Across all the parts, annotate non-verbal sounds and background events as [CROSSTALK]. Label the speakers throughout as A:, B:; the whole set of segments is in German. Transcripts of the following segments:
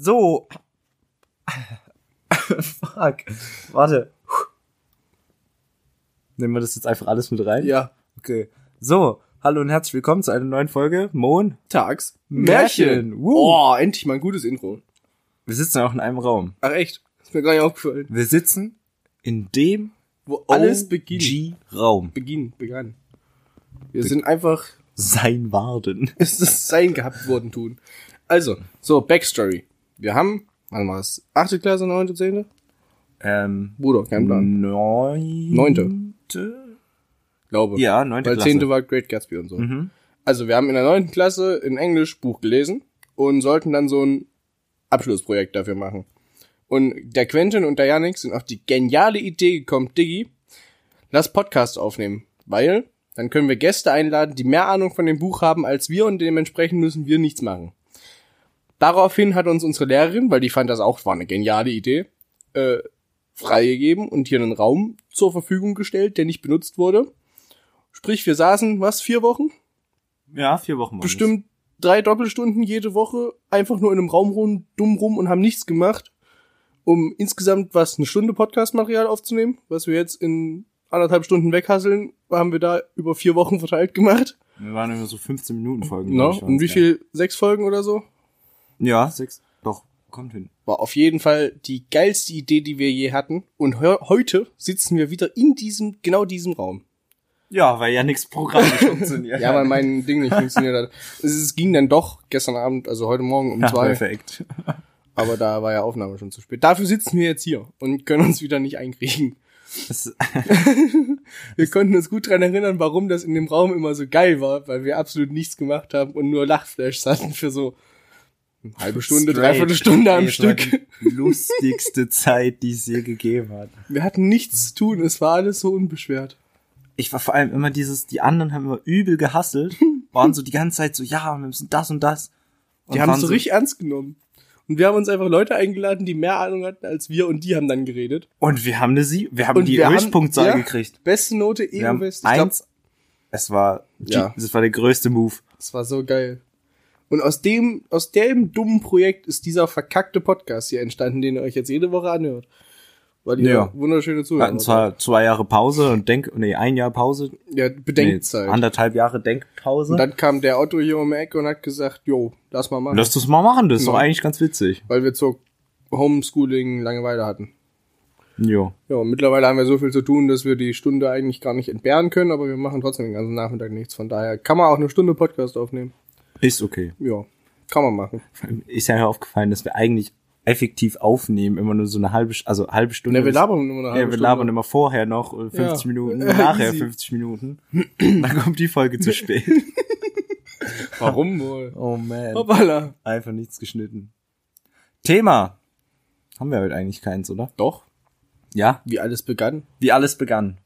A: So. [LAUGHS] Fuck. Warte. Nehmen wir das jetzt einfach alles mit rein?
B: Ja.
A: Okay. So. Hallo und herzlich willkommen zu einer neuen Folge Mon.
B: Tags.
A: Märchen.
B: Märchen.
A: Woo.
B: Oh, endlich mal ein gutes Intro.
A: Wir sitzen auch in einem Raum.
B: Ach echt? Ist mir gar nicht aufgefallen.
A: Wir sitzen in dem
B: Wo alles beginnt.
A: G-Raum.
B: Beginn, begann. Wir sind einfach, [LAUGHS]
A: Sein Warden.
B: es ist sein gehabt worden tun. Also, so, Backstory. Wir haben, wann war es? Achte Klasse, neunte, zehnte?
A: Ähm,
B: Bruder, kein Plan.
A: neun...
B: Neunte. Glaube.
A: Ja, neunte
B: Weil
A: Klasse. Mhm.
B: zehnte war Great Gatsby und so. Also, wir haben in der neunten Klasse in Englisch Buch gelesen und sollten dann so ein Abschlussprojekt dafür machen. Und der Quentin und der Yannick sind auf die geniale Idee gekommen, Diggi, lass Podcast aufnehmen, weil dann können wir Gäste einladen, die mehr Ahnung von dem Buch haben als wir und dementsprechend müssen wir nichts machen. Daraufhin hat uns unsere Lehrerin, weil die fand das auch war eine geniale Idee, äh, freigegeben und hier einen Raum zur Verfügung gestellt, der nicht benutzt wurde. Sprich, wir saßen, was, vier Wochen?
A: Ja, vier Wochen. waren es.
B: bestimmt drei Doppelstunden jede Woche einfach nur in einem Raum rum, dumm rum und haben nichts gemacht, um insgesamt was eine Stunde Podcast-Material aufzunehmen, was wir jetzt in anderthalb Stunden weghasseln, haben wir da über vier Wochen [LAUGHS] verteilt gemacht.
A: Wir waren immer so 15 Minuten Folgen.
B: No?
A: glaub ich, waren
B: Und wie
A: es,
B: viel? Sechs Folgen oder so?
A: Ja, Ja, sechs. Doch, kommt hin.
B: War auf jeden Fall die geilste Idee, die wir je hatten. Und heu- heute sitzen wir wieder in diesem, genau diesem Raum.
A: Ja, weil ja nichts [LAUGHS] Programm funktioniert.
B: Ja, weil mein [LAUGHS] Ding nicht funktioniert hat. Es, es ging dann doch gestern Abend, also heute Morgen um [LAUGHS]
A: Ja,
B: zwei.
A: perfekt.
B: Aber da war ja Aufnahme schon zu spät. Dafür sitzen wir jetzt hier und können uns wieder nicht einkriegen.
A: Das,
B: [LAUGHS]
A: [LAUGHS]
B: Wir konnten uns gut dran erinnern, warum das in dem Raum immer so geil war, weil wir absolut nichts gemacht haben und nur Lachflashs hatten für so eine halbe Stunde,
A: Straight.
B: dreiviertel Stunde am
A: Ey, es war
B: Stück.
A: die
B: [LAUGHS]
A: lustigste Zeit, die es je gegeben hat.
B: Wir hatten nichts zu tun, es war alles so unbeschwert.
A: Ich war vor allem immer dieses, die anderen haben immer übel gehasselt, waren so die ganze Zeit so, ja, wir müssen das und das. Und
B: Die haben
A: waren
B: es so richtig ernst genommen. Und wir haben uns einfach Leute eingeladen, die mehr Ahnung hatten als wir und die haben dann geredet.
A: Und wir haben eine Sie, wir haben
B: und
A: die
B: wir haben-
A: Höchstpunktzahl
B: ja,
A: gekriegt.
B: Beste Note,
A: Wir haben
B: EU-West. Ich glaub,
A: eins. Es war,
B: Ja.
A: das war der größte Move.
B: Das war so geil. Und aus dem, aus dem dummen Projekt ist dieser verkackte Podcast hier entstanden, den ihr euch jetzt jede Woche anhört. Weil ihr
A: Ja.
B: wunderschöne
A: Wir
B: Zuhörer
A: hatten zwar zwei Jahre Pause und Denk, nee, ein Jahr Pause.
B: seid. Ja, Bedenkzeit.
A: Nee, anderthalb Jahre Denkpause.
B: und dann kam der Otto hier um die Ecke und hat gesagt, jo, lass mal machen.
A: Lass das mal machen, das ist
B: Ja.
A: doch eigentlich ganz witzig.
B: weil wir zur Homeschooling Langeweile hatten.
A: Jo.
B: Ja, und mittlerweile haben wir so viel zu tun, dass wir die Stunde eigentlich gar nicht entbehren können, aber wir machen trotzdem den ganzen Nachmittag nichts. Von daher kann man auch eine Stunde Podcast aufnehmen.
A: Ist okay.
B: Ja, kann man machen.
A: Ist ja mir aufgefallen, dass wir eigentlich effektiv aufnehmen, immer nur so eine halbe, Sch- also halbe Stunde.
B: Ne, wir labern nur eine
A: Ja, wir
B: halbe Stunde.
A: labern immer vorher noch äh, 50
B: [LAUGHS] Ja.
A: Minuten,
B: Äh,
A: nachher
B: easy.
A: 50 Minuten. [CLEARS THROAT] Dann kommt die Folge zu
B: [LAUGHS]
A: spät.
B: Warum wohl?
A: Oh man.
B: Hoppala.
A: Einfach nichts geschnitten. Thema. Haben wir heute eigentlich keins, oder?
B: Doch,
A: Ja.
B: wie alles begann.
A: Wie alles begann.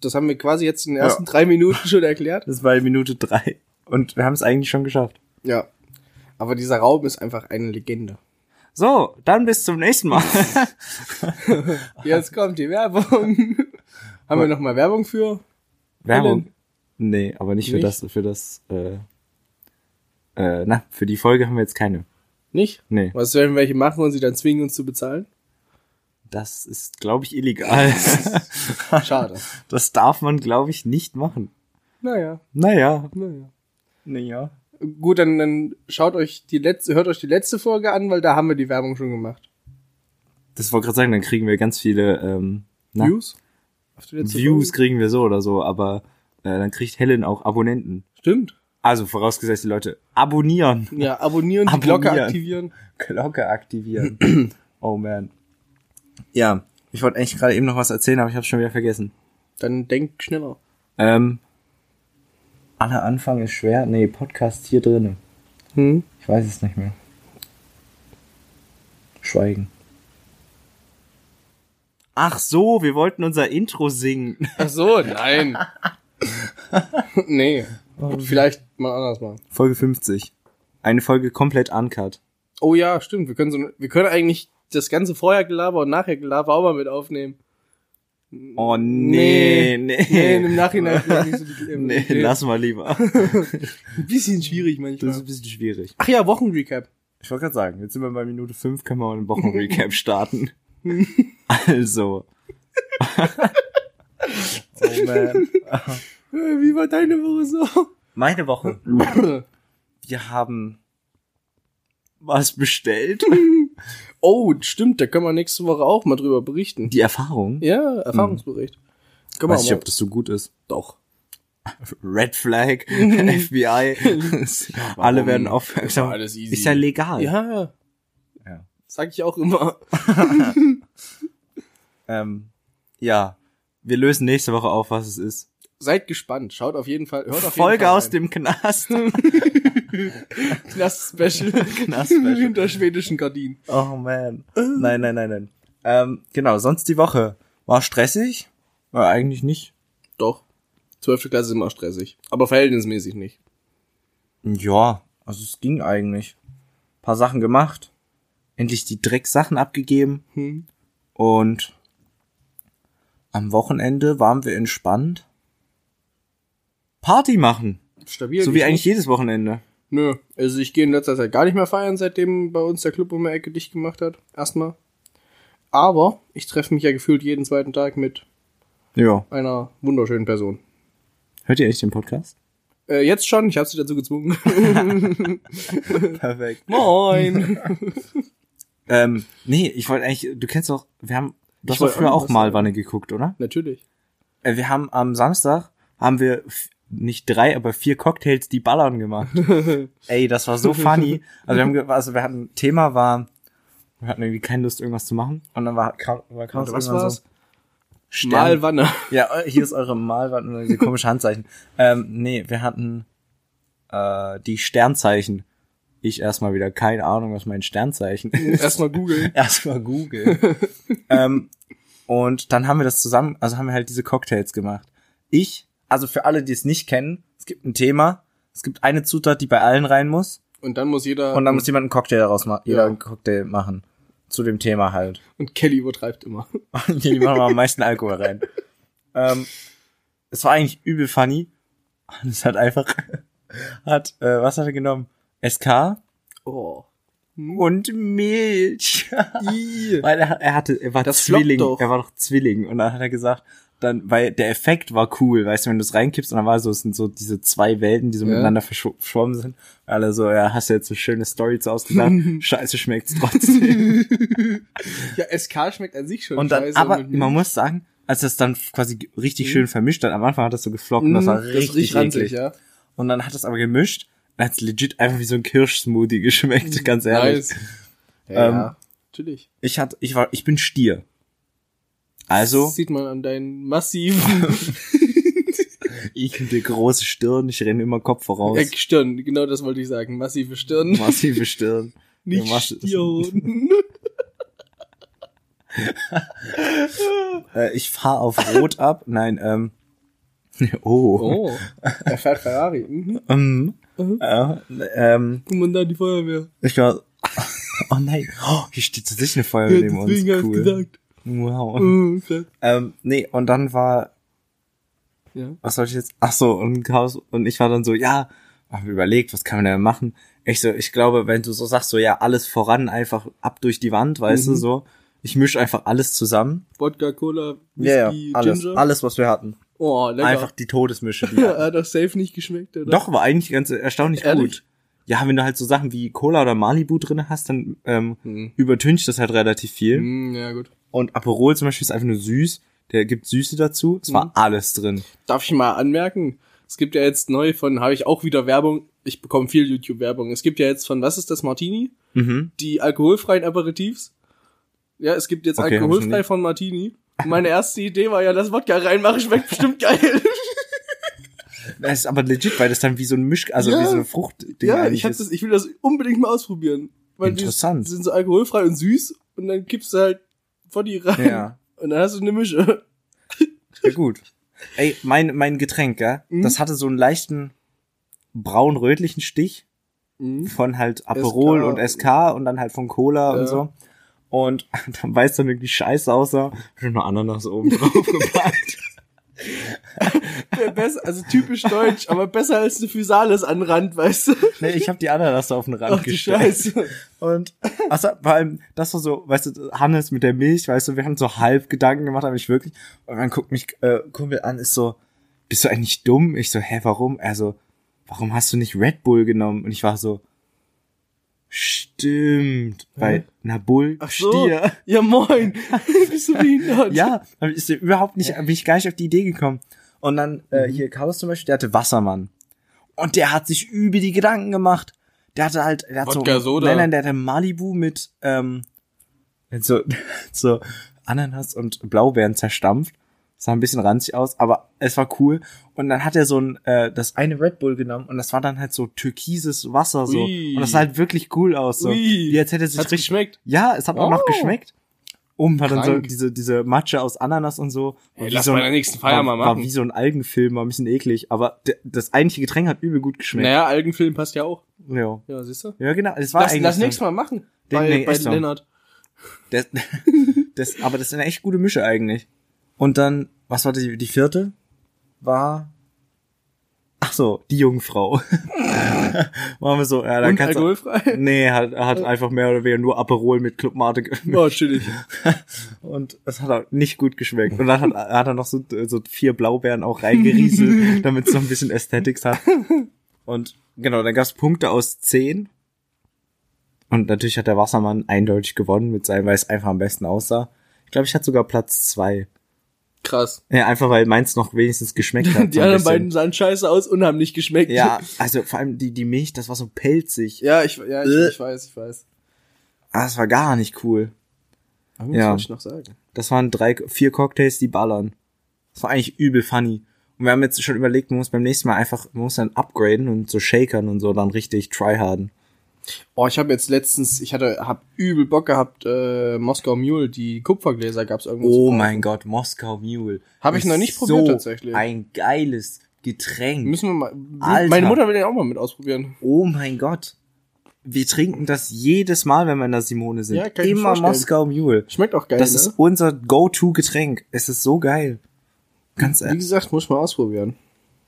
B: Das haben wir quasi jetzt in den ersten drei Minuten schon erklärt.
A: Das war Minute drei. Und wir haben es eigentlich schon geschafft.
B: [LAUGHS] Ja. Aber dieser Raum ist einfach eine Legende.
A: So, dann bis zum nächsten
B: [LAUGHS]
A: Mal.
B: Jetzt kommt die [LAUGHS] Werbung. Haben wir nochmal Werbung für?
A: Werbung. Nee, aber nicht für
B: Nicht?
A: das, für das, äh, äh, na, für die Folge haben wir jetzt keine.
B: Nicht?
A: Nee.
B: Was werden welche machen und sie dann zwingen, uns zu bezahlen?
A: Das ist, glaube ich, illegal. [LAUGHS]
B: Schade.
A: das darf man, glaube ich, nicht machen.
B: [LAUGHS] naja,
A: Naja.
B: naja.
A: Naja.
B: Gut, dann, dann schaut euch die letzte, hört euch die letzte Folge an, weil da haben wir die Werbung schon gemacht.
A: Das wollte gerade sagen, dann kriegen wir ganz viele, ähm, na,
B: Views? Auf die letzte
A: Views
B: Folge?
A: kriegen wir so oder so, aber äh, dann kriegt Helen auch Abonnenten.
B: Stimmt.
A: Also vorausgesetzt, die Leute abonnieren.
B: Ja, abonnieren, die Glocke
A: Abonnieren.
B: aktivieren.
A: Glocke aktivieren. [CLEARS THROAT] oh man. Ja, ich wollte eigentlich gerade eben noch was erzählen, aber ich habe schon wieder vergessen.
B: Dann denkt schneller.
A: Ähm, aller Anfang ist schwer. Nee, Podcast hier drinne.
B: Hm?
A: Ich weiß es nicht mehr. Schweigen. Ach so, wir wollten unser Intro singen. [LAUGHS]
B: Ach so, nein. [LAUGHS] nee. Vielleicht mal anders machen.
A: Folge 50. Eine Folge komplett uncut.
B: Oh ja, stimmt. Wir können, so, wir können eigentlich das ganze vorher Gelaber und nachher Gelaber auch mal mit aufnehmen.
A: Oh nee, nee.
B: Nee, im Nachhinein. vielleicht nicht so die-
A: [LAUGHS]
B: ähm,
A: Nee,
B: Idee.
A: lass mal lieber.
B: Ein bisschen schwierig
A: [LAUGHS] Das ist ein
B: manchmal.
A: bisschen schwierig.
B: Ach ja, Wochenrecap.
A: Ich wollte gerade sagen, jetzt sind wir bei Minute 5, können wir [LAUGHS] mal einen Wochenrecap starten. [LAUGHS] also. oh man.
B: Äh, Wie war deine Woche so?
A: Meine Woche.
B: Hm.
A: Wir haben was bestellt.
B: [COUGHS] Hm. oh, stimmt, da können wir nächste Woche auch mal drüber berichten.
A: Die Erfahrung.
B: Ja, Erfahrungsbericht. Können
A: Hm.
B: wir
A: Weiß
B: auch
A: ich,
B: mal-
A: ob das so gut ist.
B: Doch. Mhm.
A: Red
B: [LAUGHS]
A: Flag, FBI. Alle werden aufmerksam.
B: Ist ja alles easy.
A: Ist ja legal.
B: Ja.
A: Ja.
B: Sag ich auch immer. [LAUGHS]
A: Ähm, ja. Wir lösen nächste Woche auf, was es ist.
B: Seid gespannt. Schaut auf jeden Fall. Hört auf jeden
A: Folge
B: Fall
A: aus
B: rein.
A: dem
B: [LAUGHS]
A: Knast.
B: Knast-Special.
A: [LAUGHS] Knast-Special.
B: [LAUGHS] Hinter schwedischen Gardinen.
A: Oh man. Nein, nein, nein, nein. Ähm, genau, sonst die Woche. War stressig? War eigentlich nicht.
B: Doch. Zwölfte Klasse ist immer stressig. Aber verhältnismäßig nicht.
A: Ja, also es ging eigentlich. Paar Sachen gemacht. Endlich die Drecksachen abgegeben.
B: Hm.
A: Und am Wochenende waren wir entspannt. Party machen.
B: Stabil.
A: so
B: nicht?
A: wie eigentlich jedes Wochenende.
B: Nö. Also ich gehe in letzter Zeit gar nicht mehr feiern, seitdem bei uns der Club um die Ecke dicht gemacht hat. Erstmal. Aber ich treffe mich ja gefühlt jeden zweiten Tag mit
A: Ja.
B: einer wunderschönen Person.
A: Hört ihr echt den Podcast?
B: Äh, jetzt schon, ich habe sie
A: [LAUGHS]
B: dazu gezwungen.
A: Perfekt. [LAUGHS]
B: Moin.
A: Ähm, nee, ich wollte eigentlich, du kennst doch, wir haben, du hast
B: wollt
A: doch früher auch
B: irgendwas
A: Malwanne geguckt, oder?
B: Natürlich.
A: Äh, wir haben am Samstag, haben wir f- nicht drei, aber vier Cocktails, die ballern
B: [LAUGHS]
A: gemacht. Ey, das war so funny. Also wir haben, ge- also wir hatten, Thema war, wir hatten irgendwie keine Lust, irgendwas zu machen. Und dann war, kam, war, kam uns
B: Warte, was
A: irgendwann
B: war's?
A: So, Stern- [LAUGHS]
B: Malwanne.
A: Ja, eu- hier ist eure Malwand und diese komische Handzeichen. Ähm, nee, wir hatten äh, die Sternzeichen. Ich erstmal wieder keine Ahnung, was mein Sternzeichen ist.
B: Erstmal googeln.
A: [LAUGHS] erstmal Google. ähm, und dann haben wir das zusammen, also haben wir halt diese Cocktails gemacht. Ich, also für alle, die es nicht kennen, es gibt ein Thema, es gibt eine Zutat, die bei allen rein muss
B: Und dann muss jeder.
A: und dann muss jemand einen Cocktail daraus machen, jeder
B: Ja.
A: einen Cocktail machen zu dem Thema halt. [LAUGHS]
B: und Kelly übertreibt immer.
A: die machen am meisten Alkohol rein. ähm, es war eigentlich übel funny. Und es hat einfach, [LAUGHS] hat, äh, was hat er genommen? SK
B: Oh.
A: und Milch. [LAUGHS]
B: Ii.
A: Weil er, er hatte, er war
B: Das
A: Zwilling,
B: floppt doch.
A: er war doch Zwilling. Und dann hat er gesagt, dann, weil der Effekt war cool, weißt du, wenn du es reinkippst und dann war so, es sind so diese zwei Welten, die so
B: Ja.
A: miteinander verschw- verschwommen sind. Alle so, ja, hast du jetzt so schöne Stories ausgedacht,
B: [LAUGHS]
A: scheiße schmeckt's trotzdem.
B: Ja, SK schmeckt an sich schon
A: und dann,
B: scheiße.
A: aber
B: mit- Mhm.
A: man muss sagen, als das dann quasi ge- richtig schön vermischt hat, am Anfang hat das so gefloppt und das war
B: Mm,
A: richtig,
B: ist richtig ranzig,
A: eklig.
B: ja.
A: Und dann hat das aber gemischt, dann hat's legit einfach wie so ein Kirschsmoothie [LAUGHS] geschmeckt, ganz ehrlich. [LAUGHS]
B: Mhm. Nice. Ja,
A: Ähm,
B: ja. Natürlich.
A: Ich hatte, ich war, ich bin Stier. Also,
B: Das sieht man an deinen massiven
A: [LAUGHS] Ich und die große Stirn, ich renne immer Kopf voraus.
B: äh, Stirn. Genau das wollte ich sagen. Massive Stirn.
A: [LAUGHS] Massive Stirn.
B: [LAUGHS] Nicht
A: Ja, was-
B: Stirn.
A: Äh, ich fahre auf Rot ab. Nein, ähm. [LAUGHS] [LAUGHS] Oh.
B: Oh. [LAUGHS] Er fährt Ferrari. Mhm.
A: Ähm,
B: Mhm.
A: äh, ähm,
B: Und dann die Feuerwehr.
A: ich war. [LAUGHS] Oh nein. Oh, hier steht tatsächlich eine Feuerwehr
B: Ja,
A: neben uns.
B: deswegen hab ich
A: Cool.
B: gesagt.
A: Wow.
B: Mhm, krass.
A: Ähm, nee, und dann war
B: Ja.
A: was soll ich jetzt? Ach so, und Chaos. Und ich war dann so, ja, hab überlegt, was kann man denn machen? Ich so, ich glaube, wenn du so sagst, so, ja, alles voran, einfach ab durch die Wand, weißt du,
B: Mhm.
A: so. Ich mische einfach alles zusammen.
B: Wodka, Cola,
A: Ja,
B: Whisky,
A: ja, alles,
B: Ginger.
A: alles, was wir hatten.
B: Oh, lecker.
A: Einfach die Todesmische.
B: [LAUGHS]
A: Die wir hatten.
B: Ja, hat doch safe nicht geschmeckt, oder?
A: Doch, war eigentlich ganz erstaunlich
B: Ehrlich?
A: gut. Ja, wenn du halt so Sachen wie Cola oder Malibu drin hast, dann ähm,
B: Mhm.
A: übertüncht das halt relativ viel.
B: Mm, ja, gut.
A: Und Aperol zum Beispiel ist einfach nur süß. Der gibt Süße dazu. Es
B: Mhm.
A: war alles drin.
B: Darf ich mal anmerken? Es gibt ja jetzt neu von, habe ich auch wieder Werbung. Ich bekomme viel YouTube-Werbung. Es gibt ja jetzt von, was ist das, Martini?
A: Mhm.
B: Die alkoholfreien Aperitifs. Ja, es gibt jetzt
A: Okay, hab ich noch
B: alkoholfrei
A: nie.
B: von Martini. Und Meine erste Idee war ja, lass Wodka reinmachen, schmeckt bestimmt
A: [LAUGHS]
B: geil.
A: Das ist aber legit, weil das dann wie so ein Misch, also
B: Ja.
A: wie so eine Frucht.
B: ja, ich, hab das, ich will das unbedingt mal ausprobieren. Weil
A: Interessant.
B: Die sind so alkoholfrei und süß und dann kippst du halt Body rein.
A: Ja.
B: [LAUGHS] Und dann hast du eine Mische.
A: Ja,
B: [LAUGHS]
A: gut. Ey, mein, mein Getränk, ja,
B: Mhm.
A: das hatte so einen leichten braun-rötlichen Stich
B: Mhm.
A: von halt Aperol
B: SK.
A: und SK und dann halt von Cola
B: Ja.
A: und so. [LAUGHS] Und dann weiß dann irgendwie scheiße aussah. Ich hab noch Ananas oben drauf gepackt.
B: Der Bess- also typisch deutsch, aber besser als eine Physalis an den Rand, weißt du?
A: Nee, ich habe die Ananas auf den Rand
B: Ach du
A: gestellt.
B: Scheiße.
A: Und also, vor allem, das war so, weißt du, Hannes mit der Milch, weißt du, wir haben so halb Gedanken gemacht, aber nicht wirklich. Und dann guckt mich äh, Kumpel an, ist so, bist du eigentlich dumm? Ich so, hä, warum? Er so, warum hast du nicht Red Bull genommen? Und ich war so, stimmt, weil na Bull
B: Ach so.
A: Stier.
B: Ja moin. [LAUGHS] Bist du behindert?
A: Ja, aber ist dir überhaupt nicht, bin ich gar nicht auf die Idee gekommen. Und dann äh, hier Carlos zum Beispiel, der hatte Wassermann. Und der hat sich über die Gedanken gemacht. Der hatte halt, der hat
C: Wodka
A: so,
C: Soda.
A: nein, nein, der hatte Malibu mit, ähm, mit so, [LAUGHS] so Ananas und Blaubeeren zerstampft. Sah ein bisschen ranzig aus, aber es war cool. Und dann hat er so ein, äh, das eine Red Bull genommen und das war dann halt so türkises Wasser so.
B: Ui.
A: Und das sah halt wirklich cool aus so.
B: Ui.
A: Wie als hätte er sich
B: Hat's
A: richtig
B: geschmeckt?
A: ja, es hat auch noch
B: Oh.
A: geschmeckt. Oben war dann so
B: Krank.
A: diese, diese Matsche aus Ananas und so. Und
C: Ey,
A: wie
C: lass
A: so ein-
C: bei der nächsten Feier
A: war,
C: mal
A: War
C: machen.
A: wie so ein Algenfilm, war ein bisschen eklig, aber d- das eigentliche Getränk hat übel gut geschmeckt.
B: Naja, Algenfilm passt ja auch.
A: Ja.
B: Ja, siehst du?
A: ja, genau. Das war
B: Lass,
A: eigentlich
B: lass
A: so-
B: nächstes Mal machen.
A: Den-
B: bei
A: nee,
B: bei
A: echt so.
B: Lennart.
A: Das, [LAUGHS] das, aber das ist eine echt gute Mische eigentlich. Und dann, was war die, die vierte? War. Ach so, die Jungfrau. [LAUGHS] Machen wir so, ja, dann
B: Und
A: kannst du.
B: alkoholfrei?
A: Nee, hat, hat einfach mehr oder weniger nur Aperol mit Clubmate ge-
B: Oh, chillig.
A: Und es hat auch nicht gut geschmeckt. Und dann hat, hat er noch so, so vier Blaubeeren auch
B: [LAUGHS]
A: reingerieselt, damit es so ein bisschen Aesthetics hat. Und genau, dann gab es Punkte aus zehn. Und natürlich hat der Wassermann eindeutig gewonnen mit seinem, weil es einfach am besten aussah. Ich glaube, ich hatte sogar Platz zwei.
B: Krass.
A: Ja, einfach weil meins noch wenigstens
B: [LAUGHS]
A: geschmeckt hat.
B: Die
A: so ein
B: anderen
A: bisschen.
B: beiden sahen scheiße aus und haben nicht geschmeckt.
A: Ja, also vor allem die, die Milch, das war so pelzig.
B: [LAUGHS] Ja, ich, ja,
A: Äh.
B: ich, ich weiß, ich weiß.
A: Ah, das war gar nicht cool.
B: Aber
A: Ja.
B: wollte ich noch sagen?
A: Das waren drei, vier Cocktails, die ballern. Das war eigentlich übel funny. Und wir haben jetzt schon überlegt, man muss beim nächsten Mal einfach, man muss dann upgraden und so shakern und so dann richtig tryharden.
B: Oh, ich habe jetzt letztens, ich hatte, hab übel Bock gehabt, äh, Moskau Mule, die Kupfergläser gab's irgendwo. zu
A: Oh
B: kaufen.
A: mein Gott, Moskau Mule.
B: Hab ich
A: Ist
B: noch nicht probiert
A: so
B: tatsächlich.
A: Ein geiles Getränk.
B: Müssen wir mal.
A: Alter.
B: Meine Mutter will den auch mal mit ausprobieren.
A: oh mein Gott. Wir trinken das jedes Mal, wenn wir in der Simone sind.
B: Ja, kann ich mir
A: Immer
B: vorstellen.
A: Moskau Mule.
B: Schmeckt auch geil.
A: Das
B: ne?
A: ist unser Go-To-Getränk. Es ist so geil. Ganz
B: Wie
A: ehrlich.
B: gesagt, muss man ausprobieren.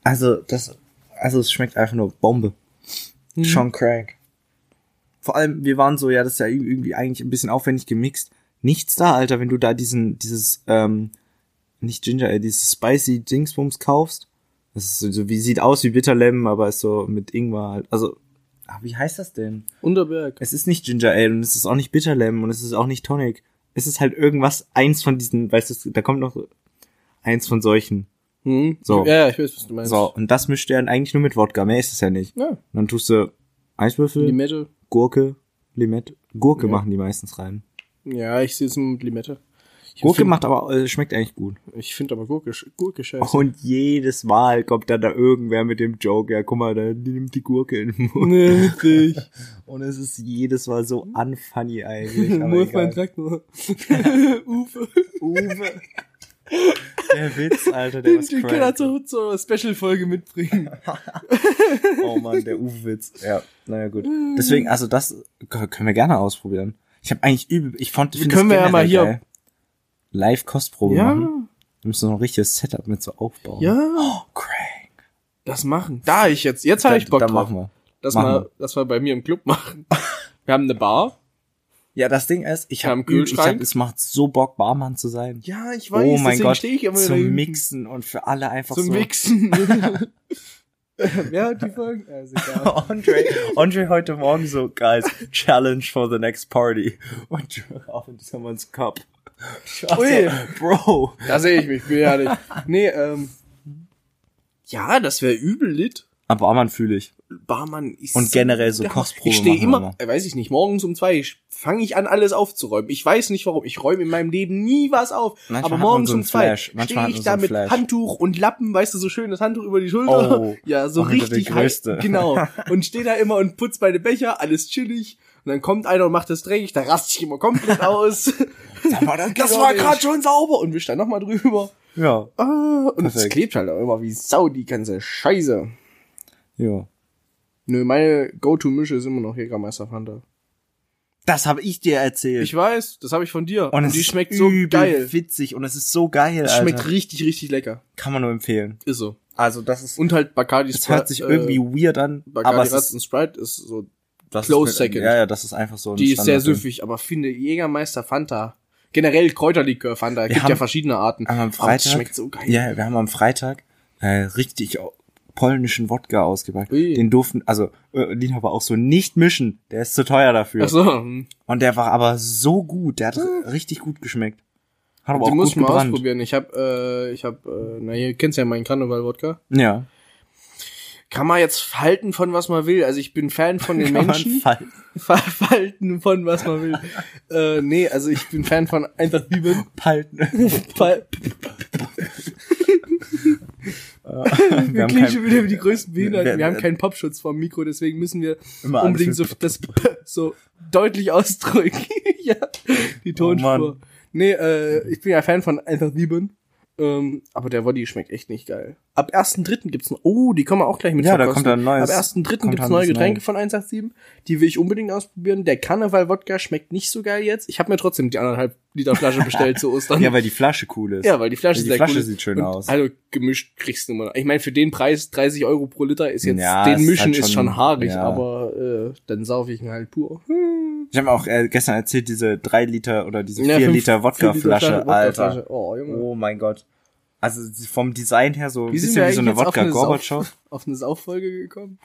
A: Also, das, also es schmeckt einfach nur Bombe. Schon crack. Vor allem, wir waren so, ja, das ist ja irgendwie eigentlich ein bisschen aufwendig gemixt. Nichts da, Alter, wenn du da diesen, dieses, ähm, nicht Ginger, äh, dieses Spicy Dingsbums kaufst. Das ist so- so, wie sieht aus wie Bitterlemm, aber ist so mit Ingwer halt. Also, ah, wie heißt das denn?
B: Unterberg.
A: Es ist nicht Ginger Ale und es ist auch nicht Bitterlemm und es ist auch nicht Tonic. Es ist halt irgendwas, eins von diesen, weißt du, da kommt noch eins von solchen.
B: Hm.
A: So.
B: Ja, ja, ich weiß, was du meinst.
A: So, und das mischt er dann eigentlich nur mit Wodka. Mehr ist es ja nicht.
B: Ja,
A: Und dann tust du Eiswürfel,
B: Limette.
A: Gurke, Limette. Gurke
B: Ja.
A: machen die meistens rein.
B: Ja, ich sehe es nur mit Limette. Ich
A: Gurke
B: find-
A: macht aber, äh, schmeckt eigentlich gut.
B: Ich finde aber Gurke, sch- Gurke scheiße.
A: Und jedes Mal kommt dann da irgendwer mit dem Joke, ja guck mal, da nimmt die Gurke in den Mund.
B: [LAUGHS] Richtig.
A: [LAUGHS] Und es ist jedes Mal so unfunny [LAUGHS] eigentlich. Aber
B: Nur auf meinen
A: egal.
B: Traktor. Uwe.
A: Uwe. [LAUGHS] Der Witz, Alter, [LAUGHS] der ist
B: Den kann er
A: crack.
B: zur, zur Special-Folge mitbringen.
A: Oh Mann, der
B: [LAUGHS]
A: Uwe-Witz. Ja, naja gut. Deswegen, also das können wir gerne ausprobieren. Ich habe eigentlich übel, ich fand, ich find das
B: können wir ja mal
A: generell
B: hier-
A: geil. live Kostprobe
B: Oh,
A: machen. Da müssen wir noch ein richtiges Setup mit so aufbauen.
B: ja.
A: Crack.
B: Das machen. Da ich jetzt. Jetzt habe ich Bock
A: da, da
B: drauf.
A: machen wir.
B: Dass,
A: Machen
B: wir, dass wir bei mir im Club machen. [LAUGHS] Wir haben eine Bar.
A: Ja, das Ding ist, ich
B: Wir
A: habe
B: haben
A: ich
B: Kühlschrank.
A: hab, es macht so Bock Barmann zu sein.
B: Ja, ich
A: oh mein
B: deswegen
A: Gott,
B: stehe ich immer da
A: zum
B: hinten.
A: Mixen und für alle einfach
B: Zum
A: so.
B: Mixen. [LAUGHS] Wer hat die Folgen? Also, egal.
A: [LAUGHS] Andre, Andre heute Morgen so, guys, challenge for the next party. Und [LAUGHS] auf in someone's cup. Ich war
B: Ui.
A: so, Bro.
B: Da sehe ich mich, bin ja nicht. Nee, ähm. Ja, das wäre übel lit.
A: Aber Barmann fühle [LAUGHS] ich.
B: Barmann ist.
A: Und generell so
B: Ja,
A: Kostprobe
B: Ich stehe
A: machen wir
B: immer,
A: mal.
B: äh, weiß ich nicht, morgens um zwei fange ich an, alles aufzuräumen. Ich weiß nicht warum. Ich räume in meinem Leben nie was auf.
A: Manchmal
B: aber
A: hat man
B: morgens
A: so einen
B: um zwei
A: Flash. Manchmal
B: stehe
A: hat
B: ich
A: man so
B: da
A: einen
B: mit
A: Flash.
B: Handtuch und Lappen, weißt du, so schön das Handtuch über die Schulter.
A: Oh.
B: [LAUGHS] ja, so
A: Oh, der
B: richtig
A: Größte.
B: heiß. [LAUGHS] Genau. Und stehe da immer und putz meine Becher, alles chillig. Und dann kommt einer und macht das dreckig, da raste ich
A: [LAUGHS]
B: immer komplett aus. das war gerade schon sauber und wisch dann nochmal drüber.
A: Ja.
B: Ah, und es
A: Perfekt.
B: klebt halt auch immer wie Sau, die ganze Scheiße.
A: Ja.
B: Nö, meine Go-To-Mische ist immer noch Jägermeister Fanta.
A: Das habe ich dir erzählt.
B: Ich weiß, das habe ich von dir.
A: und es
B: die
A: ist
B: schmeckt so
A: übel
B: geil.
A: witzig und es ist so geil,
B: Es
A: Alter.
B: schmeckt richtig, richtig lecker.
A: Kann man nur empfehlen.
B: Ist so.
A: Also das ist,
B: Und halt Bacardi äh,
A: es hört sich irgendwie weird an,
B: Bacardi
A: aber es
B: Ratz
A: ist,
B: und Sprite ist so.
A: das
B: close
A: ist
B: second.
A: Ja, ja, das ist einfach so ein
B: Die ist sehr
A: Standardding.
B: süffig, aber finde Jägermeister Fanta. Generell Kräuterlikör Fanta. gibt
A: haben-
B: ja verschiedene Arten.
A: Aber am
B: das
A: Freitag,
B: schmeckt so geil.
A: Ja, wir haben am Freitag äh, richtig au- polnischen Wodka ausgepackt.
B: Ui.
A: Den durften, also äh, Lina war auch so nicht mischen, der ist zu teuer dafür.
B: Ach so. hm.
A: Und der war aber so gut, der hat richtig gut geschmeckt. Hat aber
B: Die
A: auch
B: muss
A: gut
B: ich mal
A: gebrannt.
B: ausprobieren. Ich hab, äh, ich hab, äh, na, ihr kennt ja meinen Karneval-Wodka.
A: Ja.
B: Kann man jetzt halten von was man will. Also ich bin Fan
A: [LAUGHS]
B: von den
A: Kann man
B: Menschen.
A: fallen.
B: [LAUGHS] Verhalten von was man will. äh, nee, also ich bin Fan von Eintracht Bibel. [LAUGHS]
A: Palten.
B: Pal-
A: Wir
B: [LAUGHS] wir
A: haben
B: klingen
A: kein-
B: schon wieder wie die größten
A: Wir-
B: Behinderten. Wir haben
A: wir-
B: keinen Popschutz vorm Mikro, deswegen müssen wir
A: Immer alles
B: unbedingt
A: mit
B: so, das P so deutlich ausdrücken. [LAUGHS] ja, die Tonspur.
A: Oh Mann.
B: nee, äh, ich bin ja Fan von Eintracht Bibeln. Ähm, aber der Woddy schmeckt echt nicht geil. Ab 1.3. gibt's ein, oh, die kommen wir auch gleich mit
A: Ja, da
B: verkosten.
A: kommt dann ein neues.
B: Ab 1.3.
A: Kommt
B: gibt's
A: dann
B: neue
A: was
B: Getränke
A: Neues.
B: von 187. Die will ich unbedingt ausprobieren. Der Karneval-Wodka schmeckt nicht so geil jetzt. Ich habe mir trotzdem die anderthalb Liter Flasche bestellt zu
A: [LAUGHS]
B: Ostern.
A: Ja, weil die Flasche cool ist.
B: Ja, weil die Flasche
A: Die
B: sehr
A: Flasche
B: cool ist.
A: sieht schön
B: Und
A: aus.
B: Also gemischt kriegst du immer. noch. Ich meine, für den Preis 30 Euro pro Liter ist jetzt
A: Ja,
B: den
A: ist
B: Mischen
A: halt
B: ist
A: schon-
B: schon haarig,
A: ja.
B: aber äh, dann saufe ich ihn halt pur. Hm.
A: Ich habe auch äh, gestern erzählt, diese drei Liter oder diese vier
B: fünf-
A: Liter
B: vier Liter Flasche,
A: Wodkaflasche, Alter.
B: Wodkaflasche. Oh, Junge.
A: Oh mein Gott. Also sie- vom Design her so ein
B: sind
A: bisschen
B: wir
A: wie so
B: eigentlich
A: eine
B: jetzt auf
A: Wodka
B: Sau-
A: Gorbatschow.
B: Auf eine Sauffolge gekommen.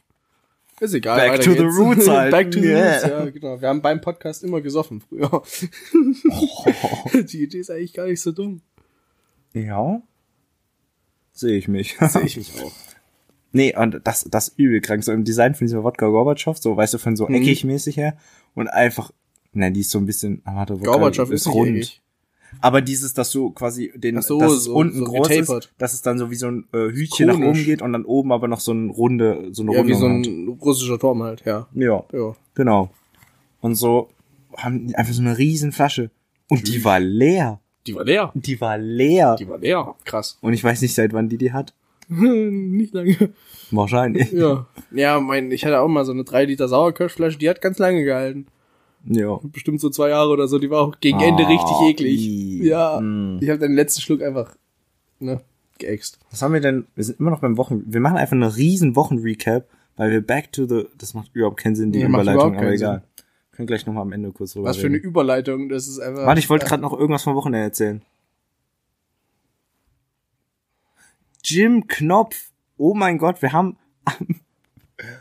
B: Ist egal.
A: Back
B: weiter
A: to the
B: geht's. [LAUGHS]
A: roots halt.
B: Back to the
A: Yeah.
B: roots, ja, genau. Wir haben beim Podcast immer gesoffen früher. [LAUGHS]
A: Oh.
B: Die Idee ist eigentlich gar nicht so dumm.
A: Ja. Sehe ich
B: [LAUGHS]
A: mich.
B: Sehe ich mich auch.
A: nee, und das, das ist übel krank. So im Design von dieser Wodka Gorbatschow, so weißt du, von
B: Mhm.
A: so eckig mäßig her. Und einfach, nein, die ist so ein bisschen, ah, warte, Wodka
B: Gorbatschow ist nicht
A: rund.
B: eckig.
A: Aber dieses, dass du quasi den,
B: Ach so,
A: dass es
B: so-
A: unten
B: so
A: groß
B: getapert.
A: ist, dass es dann so wie so ein äh, Hütchen nach
B: Konisch.
A: oben geht und dann oben aber noch so ein runde, so eine
B: Ja,
A: Runde.
B: wie so ein russischer Turm halt, ja.
A: ja,
B: Ja.
A: genau. Und so haben die einfach so eine riesen Flasche. Und die war leer.
B: Die war leer.
A: Die war leer.
B: Die war leer. Krass.
A: Und ich weiß nicht, seit wann die die hat.
B: [LAUGHS] nicht lange.
A: Wahrscheinlich.
B: Ja. Ja, mein, ich hatte auch mal so eine 3 Liter Sauerkirschflasche, die hat ganz lange gehalten.
A: [LAUGHS] ja.
B: Bestimmt so zwei Jahre oder so, die war auch gegen Ende
A: Ah,
B: richtig eklig.
A: i,
B: ja.
A: mm.
B: Ich habe den letzten Schluck einfach, ne, geäxt.
A: Was haben wir denn? Wir sind immer noch beim Wochen. Wir machen einfach eine riesen Wochenrecap, weil wir back to the. Das macht überhaupt keinen Sinn, die
B: Nee, macht
A: Überleitung,
B: überhaupt
A: aber
B: keinen
A: egal. Können gleich nochmal am Ende kurz drüber
B: Was für eine
A: reden.
B: Überleitung, das ist einfach.
A: Warte, ich wollte gerade noch irgendwas vom Wochenende erzählen. Jim Knopf. Oh mein Gott, wir haben. [LAUGHS]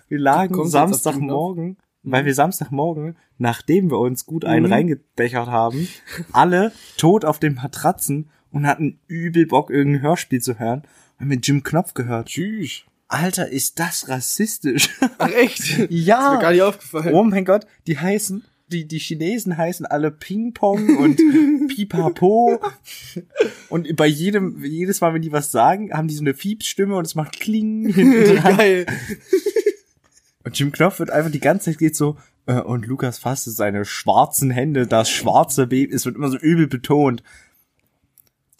A: Wir
B: Du
A: lagen
B: kommst jetzt auf Jim
A: Samstagmorgen, weil wir Samstagmorgen, nachdem wir uns gut einen
B: Mhm.
A: reingedächert haben, alle tot auf den Matratzen und hatten übel Bock, irgendein Hörspiel zu hören. Haben wir Jim Knopf gehört.
B: Tschüss.
A: Alter, ist das rassistisch. [LAUGHS]
B: Ach, [LAUGHS] echt? Ist mir gar
A: ja.
B: nicht aufgefallen.
A: Oh mein Gott, die heißen, die, die Chinesen heißen alle Ping Pong und Pipapo. Und bei jedem, jedes Mal, wenn die was sagen, haben die so eine Fiebsstimme und es macht Kling. hinten dran.
B: Geil.
A: Und Jim Knopf wird einfach die ganze Zeit geht so, äh, und Lukas fasste seine schwarzen Hände, das schwarze Baby, es wird immer so übel betont.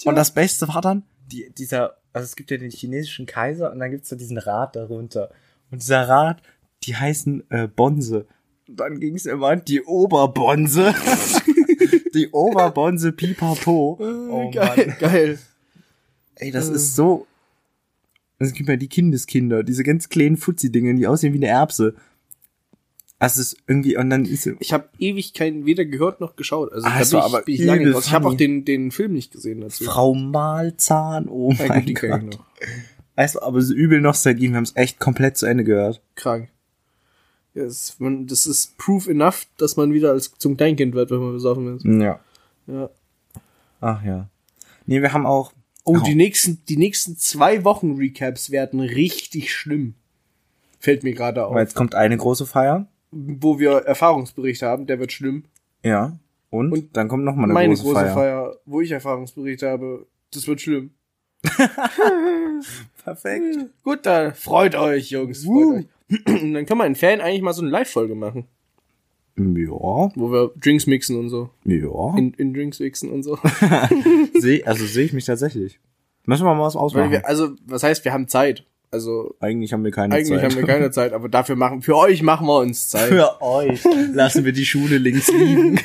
A: Und das Beste war dann, die, dieser, also es gibt ja den chinesischen Kaiser und dann gibt's da diesen Rat darunter. Und dieser Rat, die heißen äh, Bonse. Und dann ging's immer an die Oberbonse. [LAUGHS] die Oberbonse Pipapo. Oh
B: geil,
A: Mann.
B: geil.
A: Ey, das ist so. Es gibt ja die Kindeskinder, diese ganz kleinen Fuzzi-Dinge, die aussehen wie eine Erbse. Das ist irgendwie, und dann ist
B: Ich habe ewig keinen weder gehört noch geschaut. Also,
A: Ah,
B: da
A: es war
B: bin ich,
A: aber
B: bin ich lange
A: übel
B: raus. Ich habe auch
A: funny.
B: den, den Film nicht gesehen dazu.
A: Frau Malzahn, oh
B: Ja, gut,
A: mein
B: die kenn ich
A: Gott.
B: noch.
A: Weißt du, aber so übel Nostalgie, wir haben es echt komplett zu Ende gehört.
B: krank. Ja, Das, man, das ist proof enough, dass man wieder als zum Kleinkind wird, wenn man besoffen ist.
A: Ja.
B: Ja.
A: Ach ja. Nee, wir haben auch.
B: Oh,
A: Genau.
B: die nächsten, die nächsten zwei Wochen Recaps werden richtig schlimm. Fällt mir gerade auf.
A: Aber jetzt kommt eine große Feier.
B: Wo wir Erfahrungsberichte haben, der wird schlimm.
A: Ja. Und,
B: Und
A: dann kommt nochmal eine
B: Meine
A: große, Feier.
B: wo ich Erfahrungsberichte habe, das wird schlimm.
A: Perfekt.
B: Gut, dann freut euch, Jungs.
A: Woo.
B: Freut euch. Und dann kann man in Ferien eigentlich mal so eine Live-Folge machen,
A: Ja,
B: wo wir Drinks mixen und so.
A: ja.
B: In, in Drinks mixen
A: [LAUGHS]
B: und so.
A: Seh, also sehe ich mich tatsächlich. Müssen wir mal was
B: Weil
A: ausmachen.
B: wir, also, was heißt, wir haben Zeit. Also
A: Eigentlich haben wir keine
B: eigentlich
A: Zeit.
B: haben wir keine Zeit, aber dafür machen, für euch machen wir uns Zeit.
A: Für euch lassen wir die Schule links liegen.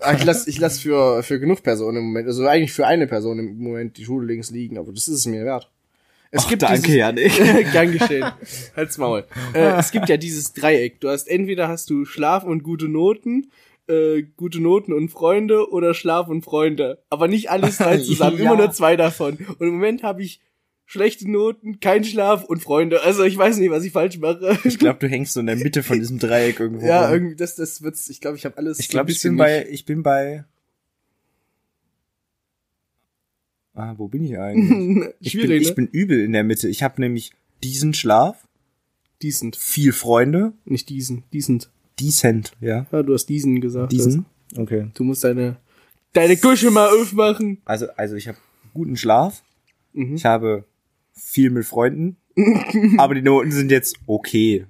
B: Ah, ich lass, ich lass für, für genug Personen im Moment, also eigentlich für eine Person im Moment die Schule links liegen, aber das ist es mir wert. Es
A: Och, danke, Janik.
B: dieses, [LAUGHS] Gern geschehen. Halt's Maul. Äh, es gibt ja dieses Dreieck. Du hast entweder hast du Schlaf und gute Noten, äh, gute Noten und Freunde oder Schlaf und Freunde. Aber
A: [LAUGHS]
B: nicht alles drei zusammen,
A: Ja.
B: immer nur zwei davon. Und im Moment habe ich schlechte Noten, kein Schlaf und Freunde. Also ich weiß nicht, was ich falsch mache.
A: Ich glaube, du hängst so in der Mitte von diesem Dreieck irgendwo.
B: Ja,
A: rum.
B: irgendwie, das, das wird's, ich glaube, ich habe alles.
A: Ich
B: so ein
A: glaube, ich
B: bisschen
A: bin
B: [LAUGHS]
A: bei, ich bin bei. Ah, wo bin ich [LAUGHS] eigentlich? Ich bin,
B: Schwierig, ne?
A: ich bin übel in der Mitte. Ich habe nämlich diesen Schlaf,
B: Diesen.
A: viel Freunde,
B: Nicht diesen. Diesen.
A: decent, ja.
B: Ja, du hast diesen gesagt.
A: Diesen. Okay.
B: Du musst deine, deine Kusche mal aufmachen.
A: Also, also ich habe guten Schlaf.
B: Mhm.
A: Ich habe viel mit [LAUGHS] Freunden. aber die Noten sind jetzt okay.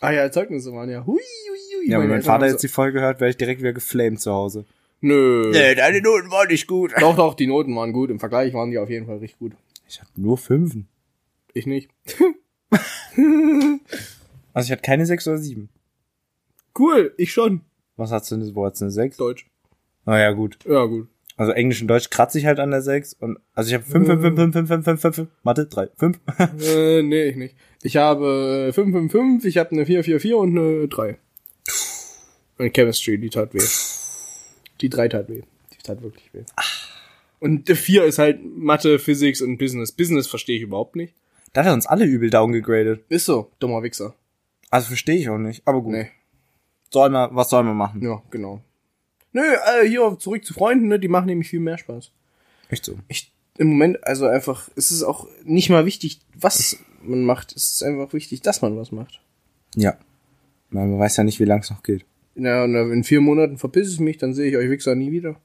B: Ah ja, Zeugnisse waren ja. Hui, hui, hui.
A: Ja, wenn mein
B: Eltern
A: Vater
B: haben
A: jetzt die Folge hört, werde ich direkt wieder geflamed zu Hause.
B: Nö.
A: deine Noten waren nicht gut.
B: Doch, doch, die Noten waren gut. Im Vergleich waren die auf jeden Fall richtig gut.
A: Ich hatte nur Fünfen.
B: Ich nicht.
A: Also ich hatte keine sechs oder sieben.
B: Cool, ich schon.
A: Was hast du denn, wo hast du eine sechs?
B: Deutsch.
A: Naja, gut.
B: Ja, gut.
A: Also Englisch und Deutsch kratze ich halt an der 6 und also ich habe 5 5 5 5 5 5 5 5 Mathe 3 5.
B: äh, nee, ich nicht. Ich habe äh, 555, ich habe eine 444 und eine 3. Und Chemistry, die tat weh. Die 3 tat weh. Die tat wirklich weh. Und die 4 ist halt Mathe, Physics und Business. Business verstehe ich überhaupt nicht.
A: [LAUGHS] Da hat er uns alle übel downgegradet.
B: Ist so, dummer Wichser.
A: Also verstehe ich auch nicht, aber gut.
B: Nee,
A: Soll man was soll man machen?
B: ja, genau. Nö, äh, hier zurück zu Freunden, ne? die machen nämlich viel mehr Spaß.
A: Echt so.
B: Ich, Im Moment, also einfach, es ist auch nicht mal wichtig, was man macht. Es ist einfach wichtig, dass man was macht.
A: Ja. Man, man weiß ja nicht, wie lang es noch geht.
B: Na, na, in vier Monaten verpiss ich mich, dann sehe ich euch Wichser nie wieder.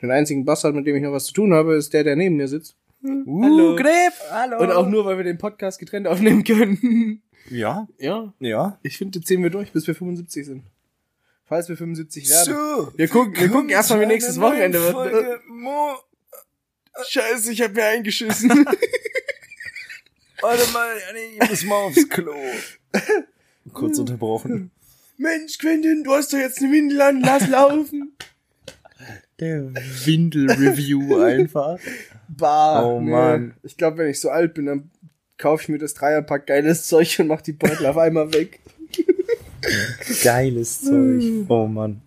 B: Den einzigen Bastard, mit dem ich noch was zu tun habe, ist der, der neben mir sitzt.
A: Uh,
B: Hallo.
A: Greb, hallo.
B: Und auch nur, weil wir den Podcast getrennt
A: [LAUGHS]
B: aufnehmen können.
A: ja,
B: ja.
A: ja.
B: Ich finde, das ziehen wir durch, bis wir 75 sind. Falls wir 75 werden.
A: So.
B: Wir gucken, wir gucken erstmal, wie nächstes Wochenende wird.
A: Mo,
B: [LAUGHS] Scheiße, ich habe
A: [LAUGHS]
B: mir eingeschissen.
A: warte mal, ich muss mal aufs Klo. [LAUGHS] Kurz unterbrochen.
B: Mensch, Quentin, du hast doch jetzt eine Windel an, lass laufen.
A: Der Windel-Review [LAUGHS] einfach.
B: Bah.
A: Oh, Mann.
B: Ich glaube, wenn ich so alt bin, dann kaufe ich mir das Dreierpack geiles Zeug und mach die Beutel auf einmal weg.
A: Geiles Zeug. Oh Mann.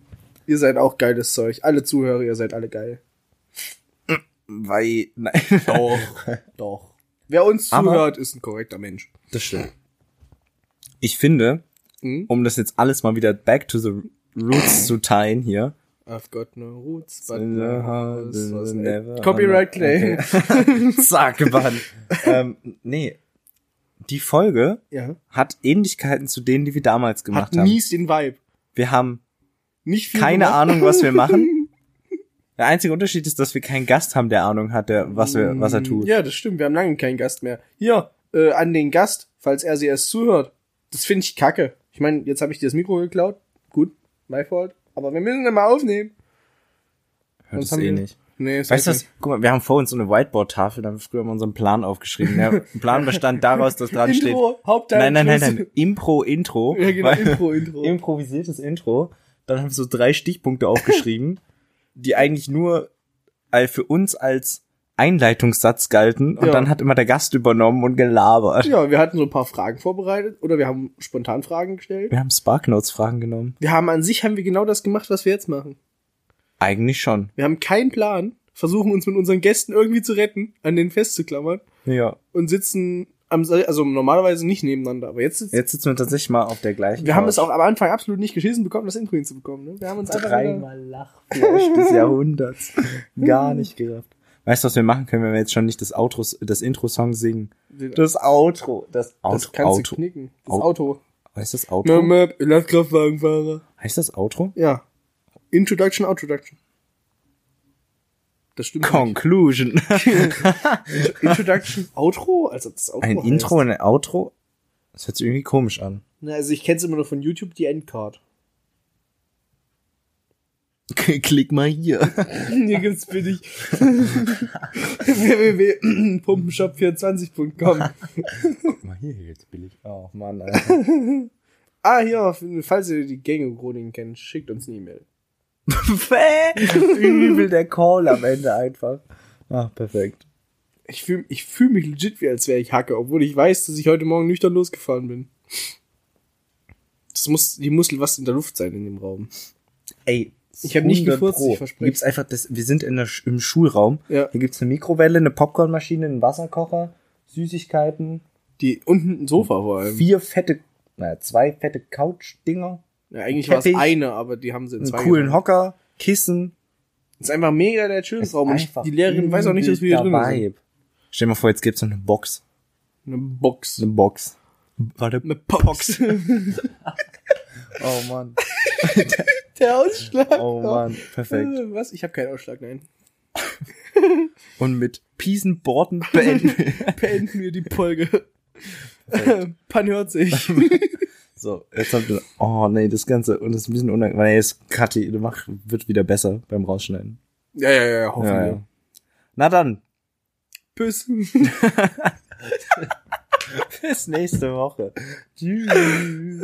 B: Ihr seid auch geiles Zeug. Alle Zuhörer, ihr seid alle geil.
A: Weil, nein.
B: Doch, [LAUGHS] doch. Wer uns
A: Aber-
B: zuhört, ist ein korrekter Mensch.
A: Das stimmt. [LAUGHS] Ich finde,
B: Mhm.
A: um das jetzt alles mal wieder back to the roots zu teilen hier. [LAUGHS]
B: I've got no roots, but
A: In the
B: no
A: house
B: house was
A: is
B: never
A: never
B: Copyright
A: on-
B: Claim. [LAUGHS]
A: Zack, gebannt. ähm, nee. Die Folge
B: Ja.
A: hat Ähnlichkeiten zu denen, die wir damals
B: Hat
A: gemacht haben.
B: mies den Vibe.
A: Wir haben
B: Nicht viel
A: keine
B: gemacht.
A: Ahnung, was wir [LAUGHS] machen. Der einzige Unterschied ist, dass wir keinen Gast haben, der Ahnung hat, der, was, wir, was er tut.
B: Ja, das stimmt. Wir haben lange keinen Gast mehr. Hier, äh, an den Gast, falls er sie erst zuhört. Das finde ich kacke. Ich meine, jetzt habe ich dir das Mikro geklaut. Gut, my fault. Aber wir müssen immer aufnehmen.
A: Hört
B: Sonst
A: es eh
B: wir-
A: nicht.
B: Nee, das
A: Weißt du
B: weiß
A: was? Guck mal, wir haben vor uns so eine Whiteboard-Tafel, da haben wir früher mal unseren Plan aufgeschrieben. Der Plan bestand daraus, dass dran
B: nicht.
A: steht.
B: Intro, Hauptteil.
A: Nein, nein, nein,
B: Schluss.
A: nein. Impro, Intro.
B: Ja, genau,
A: Weil-
B: Intro, Intro.
A: [LAUGHS] Improvisiertes Intro. Dann haben wir so drei Stichpunkte
B: [LAUGHS]
A: aufgeschrieben, die eigentlich nur all- für uns als Einleitungssatz galten. Und
B: Ja.
A: dann hat immer der Gast übernommen und gelabert.
B: Ja, wir hatten so ein paar Fragen vorbereitet oder wir haben spontan Fragen gestellt.
A: Wir haben Sparknotes-Fragen genommen.
B: Wir haben an sich haben wir genau das gemacht, was wir jetzt machen.
A: Eigentlich schon.
B: Wir haben keinen Plan, versuchen uns mit unseren Gästen irgendwie zu retten, an den festzuklammern
A: Ja.
B: und sitzen am Sa- also normalerweise nicht nebeneinander, aber jetzt sitzen
A: Jetzt sitzen wir tatsächlich mal auf der gleichen.
B: wir haben
A: Couch.
B: es auch am Anfang absolut nicht geschissen bekommen, das Intro hinzubekommen. Ne? Wir haben uns einfach wieder,
A: dreimal [LAUGHS] Lachfleisch des Jahrhunderts. Gar nicht gerafft. Weißt du, was wir machen können, wenn wir jetzt schon nicht das Outro, das Intro-Song singen?
B: den, das,
A: Das Outro. Das Outro.
B: kannst
A: Outro.
B: du knicken. Das
A: Au-
B: Auto.
A: Heißt das
B: Map,
A: Outro?
B: map, Lastkraftwagenfahrer.
A: Heißt das Outro?
B: Ja. Introduction, Outroduction. Das stimmt.
A: Conclusion.
B: nicht. [LAUGHS] Introduction, Outro, also das Outro.
A: Ein
B: heißt.
A: Intro und ein Outro? Das hört sich irgendwie
B: [LAUGHS]
A: komisch an.
B: Na, also ich kenn's immer nur von YouTube, die Endcard.
A: Klick mal hier.
C: Hier gibt's billig. www.pumpenshop24.com.
A: Guck mal hier, hier jetzt billig. Oh Mann, Alter. [LAUGHS]
B: Ah, hier, falls ihr die Gänge-Chroniken kennt, schickt uns eine E-Mail.
A: Übel der Call am Ende einfach. Ach, perfekt.
B: Ich fühle ich fühl mich legit wie, als wäre ich Hacke, obwohl ich weiß, dass ich heute Morgen nüchtern losgefahren bin. Das muss, die muss was in der Luft sein in dem Raum.
A: Ey.
B: Ich hab nicht
A: 100
B: gefurzt,
A: Pro.
B: ich verspreche.
A: Hier Gibt's einfach das, wir sind in der, Sch- im Schulraum.
B: Ja.
A: Hier gibt's eine Mikrowelle, eine Popcornmaschine, einen Wasserkocher, Süßigkeiten,
B: Die unten ein Sofa vor allem.
A: vier fette, naja, zwei fette Couch-Dinger,
B: Ja, eigentlich war es
A: Teppich.
B: eine, aber die haben sie in
A: einen
B: zwei.
A: coolen
B: gemacht.
A: Hocker, Kissen.
B: Ist einfach mega der Chillraum. Und ich-
A: Einfach
B: die Lehrerin weiß auch nicht, dass wir hier
A: übelster
B: drin sind.
A: Vibe. Stell dir mal vor, jetzt gibt's noch eine Box.
B: Eine Box.
A: Eine Box. Warte. [LAUGHS]
B: Eine Box.
A: Oh Mann.
B: der Ausschlag.
A: Oh Mann. Perfekt.
B: Äh, Was? Ich habe keinen Ausschlag, nein.
A: Und mit Piesen, Borden, beenden.
B: Beenden wir die Folge. [LAUGHS] Pan
A: [LAUGHS]
B: hört sich.
A: [LAUGHS] so, jetzt habt ihr, oh nee, das Ganze, und das ist ein bisschen unangenehm, weil jetzt Kathi, du mach, wird wieder besser beim Rausschneiden.
B: Ja, ja, ja, hoffen
A: Ja,
B: wir.
A: ja. Na dann.
B: Bis.
A: Bis nächste Woche. Tschüss.